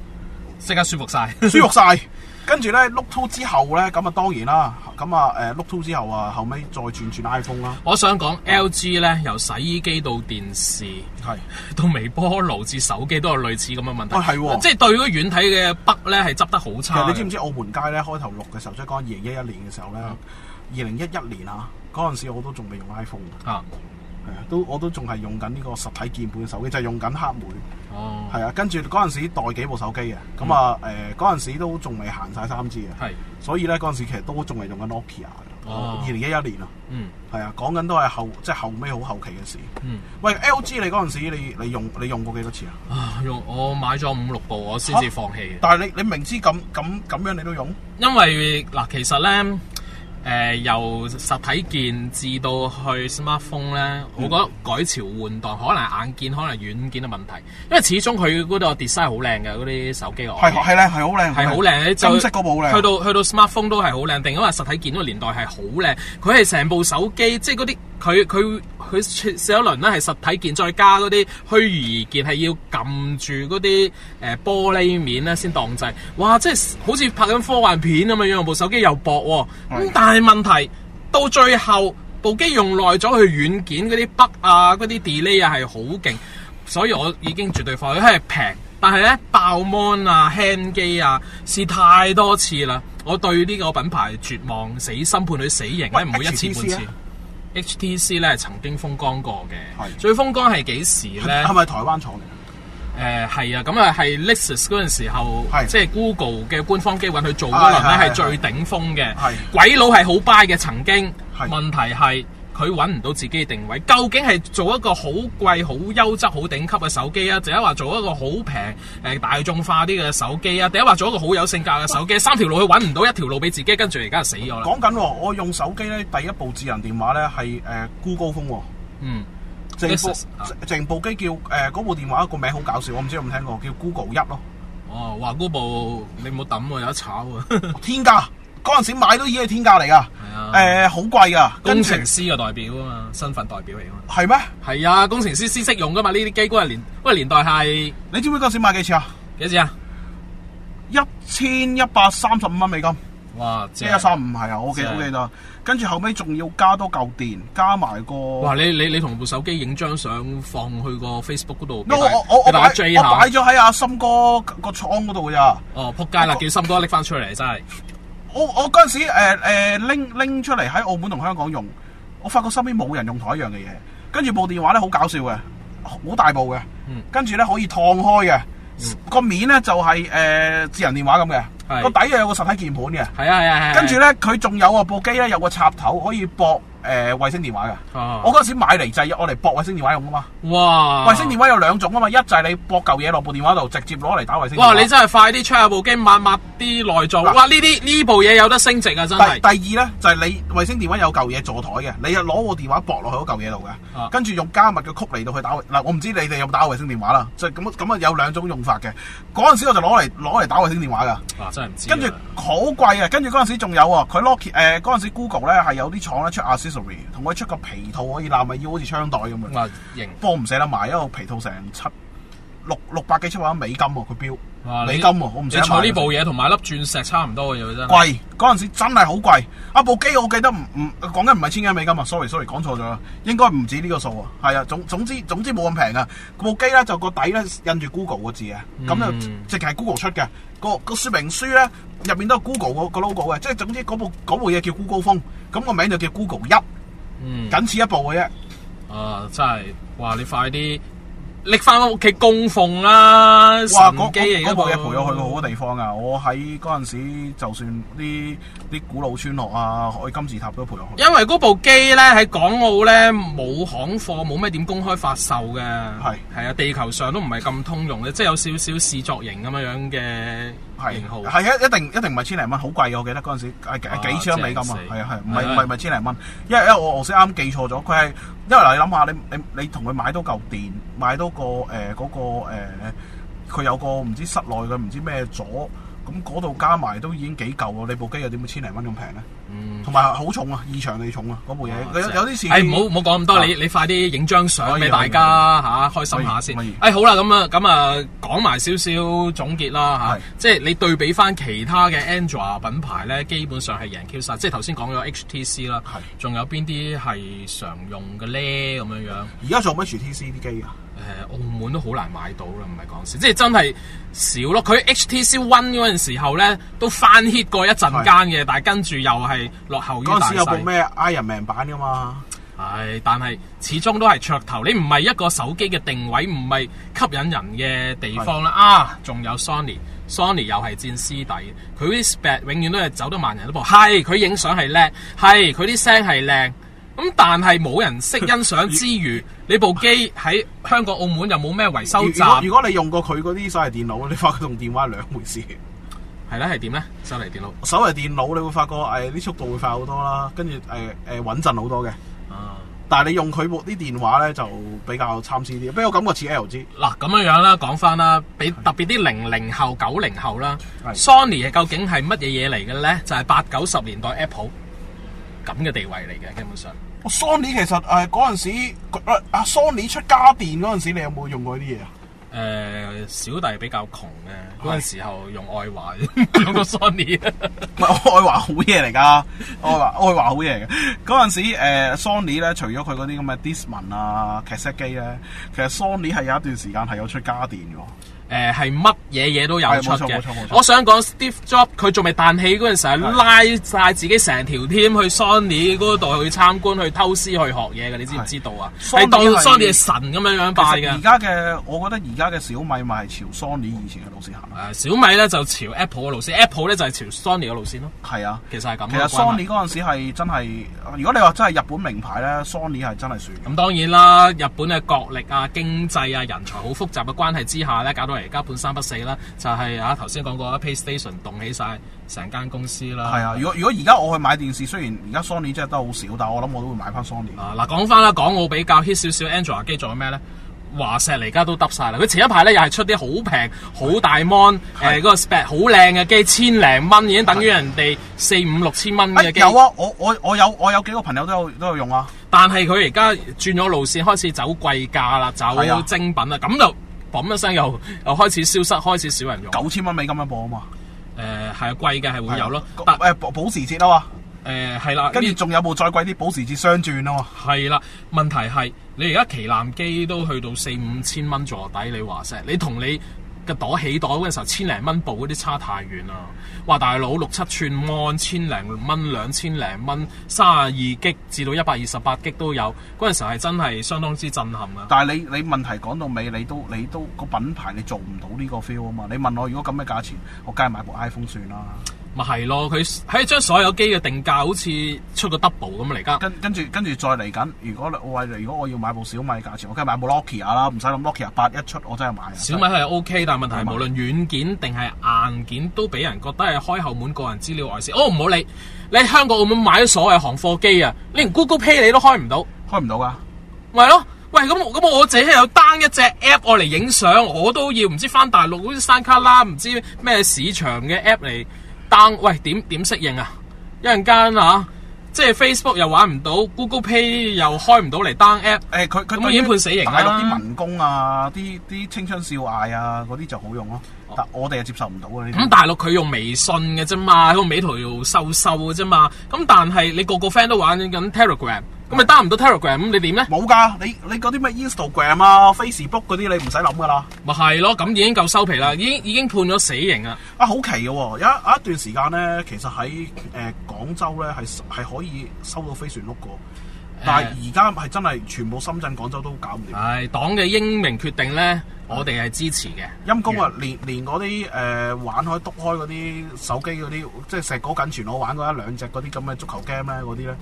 即刻舒服晒。 <laughs>
舒服晒。跟住咧，Look Two 之後咧，咁啊當然啦，咁啊誒 Look Two 之後啊，後尾再轉轉 iPhone 啦，
我想講 LG 咧，由洗衣機到電視，
係
到微波爐至手機都有類似咁嘅問題，
哦係喎
即係對嗰個軟體嘅北咧係執得好
其實
差嘅。
你知唔知澳門街咧開頭錄嘅時候，即係講二零一一年嘅時候
嗯
咧，二零一一年啊，嗰陣時我都仲未用 iPhone 嘅，
啊？
係啊，都我都仲係用緊呢個實體鍵盤手機，就係用緊黑莓。
哦，
係啊，跟住嗰陣時代幾部手機嘅，咁啊誒嗰陣時都仲未行晒三 G 嘅，
嗯係，
所以咧嗰陣時其實都仲係用緊 Nokia
哦
嘅，二零一一年啊，
嗯
係啊，講緊都係後即係後尾好後期嘅事。
嗯，
喂，LG 你嗰陣時你你用你用過幾多次啊？
啊，用我買咗五六部，我先至放棄嘅，
但係你你明知咁咁咁樣你都用，
因為嗱，其實咧，誒、由實體件至到去 smartphone 咧，
嗯
我覺得改朝換代，可能係硬件，可能係軟件嘅問題，因為始終佢嗰個 design 好靚嘅嗰啲手機我
係係靚係好靚，
哦係好靚，就
金色嗰部好靚，
去到去到 smartphone 都係好靚，定因為實體件嗰個年代係好靚，佢係成部手機，即係嗰啲佢佢佢寫一輪咧係實體件，再加嗰啲虛擬件係要撳住嗰啲誒玻璃面咧先當製，哇！即係好似拍緊科幻片咁樣樣，部手機又薄喎，咁
係
但係問題到最後部機用耐咗，佢軟件嗰啲 bug 啊、嗰啲 delay 啊係好勁，所以我已經絕對放棄，佢係平。但係咧爆 mon 啊、hand 機啊，試太多次啦，我對呢個品牌絕望，死心判佢死刑咧，
喂
唔會一次半
HTC
次
啊。
HTC 咧曾經風光過嘅，
係
最風光係幾時咧？
係咪台灣廠嚟？
誒係啊，咁啊係 Lexus 嗰陣時候，
係
即係 Google 嘅官方機揾去做嗰
係
輪
係
咧係
係
最頂峰嘅
係。
鬼佬係好 buy 嘅曾經，
係
問題係佢揾唔到自己嘅定位，究竟係做一個好貴、好優質、好頂級嘅手機啊，定係話做一個好平、誒大眾化啲嘅手機啊，定係話做一個好有性格嘅手機？三條路佢揾唔到一條路俾自己，跟住而家就死咗啦。
講緊喎，我用手機咧，第一部智能電話咧係誒 Google 風喎。
嗯，
正部
Lexus，啊
正部機叫誒呃嗰、部電話個名好搞笑，我唔知有冇聽過，叫 Google 一咯。
哦，話嗰部你冇抌喎，有得炒啊！
天價，嗰陣時買都已經係天價嚟
啊
㗎，誒好貴㗎。
工
跟住
程師嘅代表啊嘛，身份代表嚟啊嘛。
係咩？
系啊，工程師先識用噶嘛？呢啲機嗰個年，嗰個年代係
你知唔知嗰陣時買幾錢啊？
幾錢啊？
一千一百三十五蚊美金，
哇，
一
正
一三五係啊，我記
正
好記得。跟住後尾仲要加多嚿電，加埋個
哇！你你你同部手機影張相放去個 Facebook 嗰度，俾
我
大
我我我
俾大
擺
家追
我
下
擺。咗喺阿森哥個倉嗰度㗎咋。
哦，仆街啦！叫心哥拎翻出嚟真係。
我我嗰陣時誒誒拎拎出嚟喺澳門同香港用，我發覺身邊冇人用同一樣嘅嘢。跟住部電話咧好搞笑嘅，好大部嘅
嗯，
跟住咧可以燙開嘅，個面咧就係、誒、智能電話咁
係
嘅，個底又有個實體鍵盤嘅，
係啊係啊係啊。
跟住咧佢仲有啊部機咧有個插頭可以駁誒衛星電話嘅。
啊
我嗰陣時買嚟就係我嚟駁衛星電話用噶嘛，
哇！
衛星電話有兩種啊嘛，一就係你駁嚿嘢落部電話度，直接攞嚟打衛星電話。
哇！你真係快啲 check 下部機，抹抹啲內臟。
嗱
哇！呢啲呢部嘢有得升值啊！真
第
係。
第二咧就係、你衛星電話有嚿嘢坐台嘅，你又攞個電話駁落去嗰嚿嘢度
啊
嘅，跟住用加密嘅曲嚟到去打嗱，我唔知你哋有冇打過衛星電話啦，就係咁咁啊有兩種用法嘅。嗰陣時我就攞嚟攞嚟打衛星電話噶，
哇！真係唔知啊。
跟住好貴啊，跟住嗰陣時仲有喎，佢 Nokia 誒嗰陣時 Google 咧係有啲廠咧出 accessory，同佢出個皮套可以攬咪腰，好似槍袋咁樣。
哇型
不過我唔捨得買，因為個皮套成七六六百幾七百蚊美金喎，佢標
哇！啊你
美金喎，我唔
你
捨得買
坐呢部嘢同埋粒鑽石差唔多嘅啫，真係。
貴，嗰陣時真係好貴。啊部機我記得唔唔講緊唔係千幾美金啊，sorry sorry 講錯咗啦，應該唔止呢個數啊。係啊，總總之總之冇咁平啊。部機咧就個底咧印住 Google 個字嘅，咁就
嗯
直係 Google 出嘅。個個說明書咧入面都有 Google 個個 logo 嘅，即係總之嗰部嗰部嘢叫 Google 風，咁個名就叫 Google 一，
嗯。
僅此一步嘅啫。
啊，真系，哇！你快啲拎翻屋企供奉啦，
哇！
神
嗰
機
嗰
嚟
嗰
嗰
部嘢陪我去過好多地方啊！我喺嗰陣時，就算啲啲古老村落啊，海金字塔都陪我去。
因為嗰部機咧喺港澳咧冇行貨，冇咩點公開發售嘅，係係啊，地球上都唔係咁通用嘅，即係有少少視作型咁樣樣嘅
係
型號。
係一一定一定唔係千零蚊，好貴嘅我記得嗰陣時係
啊
幾幾千蚊美金
正
啊，
死
係啊係，唔
係
係
啊
唔係唔係千零蚊，因為因為我我先啱記錯咗，佢係因為嗱你諗下你你你同佢買多嚿電，買多個誒嗰個誒，佢有個唔知室內嘅唔知咩咗。咁嗰度加埋都已經幾嚿喎，你部機有點會千零蚊咁平咧？
嗯，
同埋好重啊，異常地重啊，嗰部嘢
啊
有
真係
有啲似。
誒唔好唔好講咁多，
啊
你你快啲影張相
可以
俾大家嚇開心下先。
可以可以
誒好啦，咁啊咁啊講埋少少總結啦
係
嚇，即係你對比翻其他嘅 Android 品牌咧，基本上係贏 Q 晒。即係頭先講咗 HTC 啦
係，
仲有邊啲係常用嘅咧咁樣樣？
而家做乜 HTC 啲機啊？
誒、澳門都好難買到啦，唔係講笑，即係真係少咯。佢 HTC One 嗰陣時候咧，都翻 hit 過一陣間嘅，但係跟住又係落後於
嗰
大
陣時有部
勢。
咩 Iron Man 版噶嘛？
係，但係始終都係噱頭，你唔係一個手機嘅定位，唔係吸引人嘅地方啦。啊，仲有 Sony，Sony 又係戰師弟，佢啲 spec 永遠都係走得慢人一步。係，佢影相係叻，係佢啲聲係靚。咁但係冇人識欣賞之
<laughs>
餘，你部機喺香港、澳門又冇咩維修
如如
站
果，如果你用過佢嗰啲手提電腦，你發覺同電話係兩回 <laughs> 事。
係咧係點呢？手提電腦
手提電腦你會發覺誒啲速度會快好多啦，跟住誒誒穩陣好多嘅。
啊！
但係你用佢部啲電話咧就比較參差啲，俾我感覺似 LG。
嗱咁樣樣啦，講翻啦，俾特別啲零零後、九零後啦
係
，Sony 係究竟係乜嘢嘢嚟嘅咧？就係八九十年代 Apple 咁嘅地位嚟嘅，基本上。
哦 Sony 其實誒嗰陣時，呃啊 Sony 出家電嗰陣時，你有冇用過呢啲嘢啊？
誒、小弟比較窮嘅，嗰陣時候用愛華 <laughs> 用個 Sony，
唔係愛華好嘢嚟㗎， <laughs> 愛華愛華好嘢嚟嘅。嗰陣時誒、呃 Sony 咧，除咗佢嗰啲咁嘅 Discman 啊、劇 set 機咧，其實 Sony 係有一段時間係有出家電㗎喎。
誒係乜嘢嘢都有出
係冇錯冇
嘅
錯冇。錯
我想講 Steve Jobs 佢仲未彈起嗰陣時候，係拉晒自己成條 team 去 Sony 嗰度去參觀、去偷師、去學嘢嘅，你知唔知道啊？
Sony
係當
係
Sony 係神咁樣樣拜
其實而
嘅。
家嘅，我覺得而家嘅小米咪係朝 Sony 以前嘅路線行，
誒呃小米咧就朝 Apple 嘅路線，Apple 咧就係朝 Sony 嘅路線咯。
係啊。
其實係咁嘅。
其實
關係
Sony 嗰陣時係真係，如果你話真係日本名牌咧，Sony 係真係算。
咁當然啦，日本嘅國力啊、經濟啊、人才好複雜嘅關係之下咧，搞到而家半三不四啦，就係、啊頭先講過啦，PlayStation 動起晒成間公司啦。
係啊，如果如果而家我去買電視，雖然而家 Sony 真係得好少，但我諗我都會買翻 Sony。
啊嗱，講翻啦，港澳比較 hit 少少 Android 機做緊咩咧？華碩嚟家都揼晒啦，佢前一排咧又係出啲好平、好大 mon，誒
係
嗰個 spec 好靚嘅機，千零蚊已經等於人哋四五六千蚊
哎
嘅機。
有啊，我我我有我有幾個朋友都有都有用啊。
但係佢而家轉咗路線，開始走貴價啦，走
係啊
精品啦，咁就嘣一聲又又開始消失，開始少人用。
九千蚊美金一部啊嘛，
誒係啊，貴嘅係會有咯，
係
但
啊誒保保時捷啊嘛，
誒係啦，
跟住
呢
仲有部再貴啲保時捷雙轉啊嘛，
係啦。問題係你而家旗艦機都去到四五千蚊坐底，你華碩，你同你嘅朵起袋嗰陣時候千零蚊部嗰啲差太遠啦。哇，大佬六七寸 mon 千零蚊、兩千零蚊、三十二 G 至到一百二十八 G 都有，嗰陣時候係真係相當之震撼啊！
但係你你問題講到尾，你都你都個品牌你做唔到呢個 feel 啊嘛。你問我如果咁嘅價錢，我梗係買部 iPhone 算啦。
咪係咯，佢喺將所有機嘅定價好似出個 double 咁嚟家。
跟跟住跟住再嚟緊，如果我話如果我要買部小米價錢，我梗係買部 Nokia 啦，唔使諗 Nokia 八一出我真係買啊。
小米係 O K，但係問題
係
係
嘛
無論軟件定係硬件都俾人覺得係開後門個人資料外泄。哦，唔好理，你喺香港澳門買咗所謂行貨機啊，你連 Google Pay 你都開唔到，
開唔到㗎。
咪係咯？喂，咁我咁我自己有 down 一隻 app 我嚟影相，我都要唔知翻大陸好似山卡拉唔知咩市場嘅 app 嚟 down，喂點點適應啊？一陣間啊，即係 Facebook 又玩唔到，Google Pay 又開唔到嚟 down
誒
app。
佢佢
咁
對於
已經判死刑啦
大陸啲民工啊，啲啲青春少艾啊，嗰啲就好用咯。但我哋係接受唔到嘅呢
哦咁
啲。
大陸佢用微信嘅啫嘛，佢用美圖秀秀嘅啫嘛。咁但係你個個 friend 都玩緊 Telegram，咁咪 down 唔到 Telegram，咁你點咧？
冇㗎，你你嗰啲咩 Instagram 啊、Facebook 嗰啲，你唔使諗㗎啦。
咪係咯，咁已經夠收皮啦，已經已經判咗死刑啦。
啊，好奇嘅喎、有一有一段時間咧，其實喺誒、呃、廣州咧係係可以收到飛船碌嘅，但係而家係真係全部深圳、廣州都搞唔掂。
唉，黨嘅英明決定咧，我哋係支持嘅。
陰公啊，連連嗰啲誒玩開篤開嗰啲手機嗰啲，即係石果緊全我玩過一兩隻嗰啲咁嘅足球 game 咧，嗰啲咧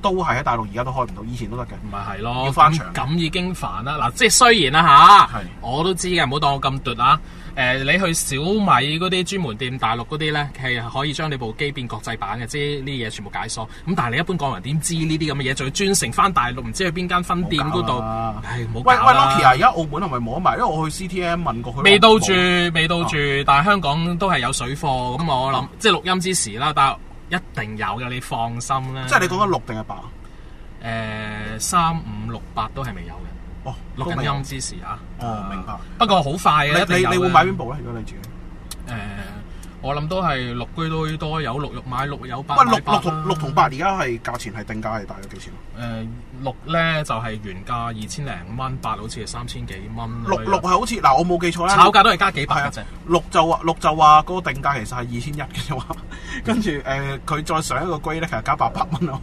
都係喺大陸而家都開唔到，以前都得嘅。
咪係咯，
要翻
咁
牆
咁已經煩啦。嗱，即係雖然啦吓
係，
我都知嘅，唔好當我咁奪啊。誒、你去小米嗰啲專門店、大陸嗰啲咧，係可以將你部機變國際版嘅，即係呢啲嘢全部解鎖。咁但係你一般港人點知呢啲咁嘅嘢？仲要專程翻大陸，唔知去邊間分店嗰
冇搞
度
啦。
唉，冇搞
喂喂
啦
，Nokia 而家澳門係咪冇得賣？因為我去 CTM 問過佢，
未到
冇
住，未到住，但係香港都係有水貨，咁我諗即係錄音之時啦，但係一定有嘅，你放心啦。
即係你講緊六定係八？啊
誒三五六八都係未有嘅，
哦，
錄
都未
緊
有
音之時啊。
哦，明白。
不過好快嘅，一
你
定
你
有
你
嘅
會買邊？部咧？如果你自己？
誒、我諗都係六居都多有六肉買六有八
喂，
買
六
八啦
六同六同八而家係價錢係定價係大約幾錢？
誒六咧就係、原價二千零蚊，八好似係三千幾蚊。
六六係好似嗱，我冇記錯啦。
炒價都係加幾百
係
嘅
啊
啫。，
六就話六就話嗰個定價其實係二千一嘅啫嘛，跟住誒佢再上一個龜咧，其實加八百蚊咯。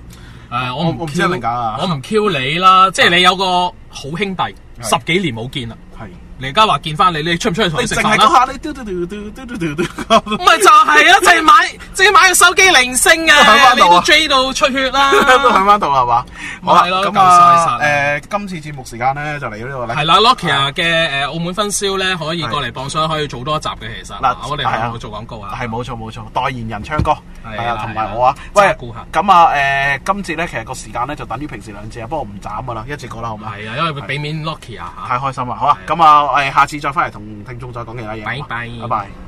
誒、我
我
唔
唔知係咪假啊
我唔 Q 你啦，即係你有個好兄弟，
係
十幾年冇見啦，
係，
你而家話見翻你，你出唔出去同
你
佢食
淨
飯
係
啦
嗰？下你嘟嘟嘟嘟嘟嘟嘟嘟
<laughs> 唔係就係啦，就係買，即係買個手機鈴聲
喺
啊，
返
你
度啊
都追到出
<laughs>
血啦。
都喺翻度係嘛？好啦，
咪係咯
咁
夠
啊
晒晒
誒，今次節目時間咧就嚟到呢度啦。
係啦，Nokia 嘅誒澳門分銷咧，可以過嚟磅商，可以做多一集嘅。其實
嗱
嗱，我哋
係啊
冇做廣告啊，
係冇錯冇錯，代言人昌哥
係
係啊
啦，
同
係啦
埋我啊，喂
揸顧客，
咁啊誒，今次咧其實個時間咧就等於平時兩次啊，不過唔斬噶啦，一次過啦，好嘛？
係啊，因為佢俾面 Nokia 嚇
太。開心啦，好啊，
係啊
咁啊我哋下次再翻嚟同聽眾再講其他嘢，
拜
好嘛
拜
拜拜。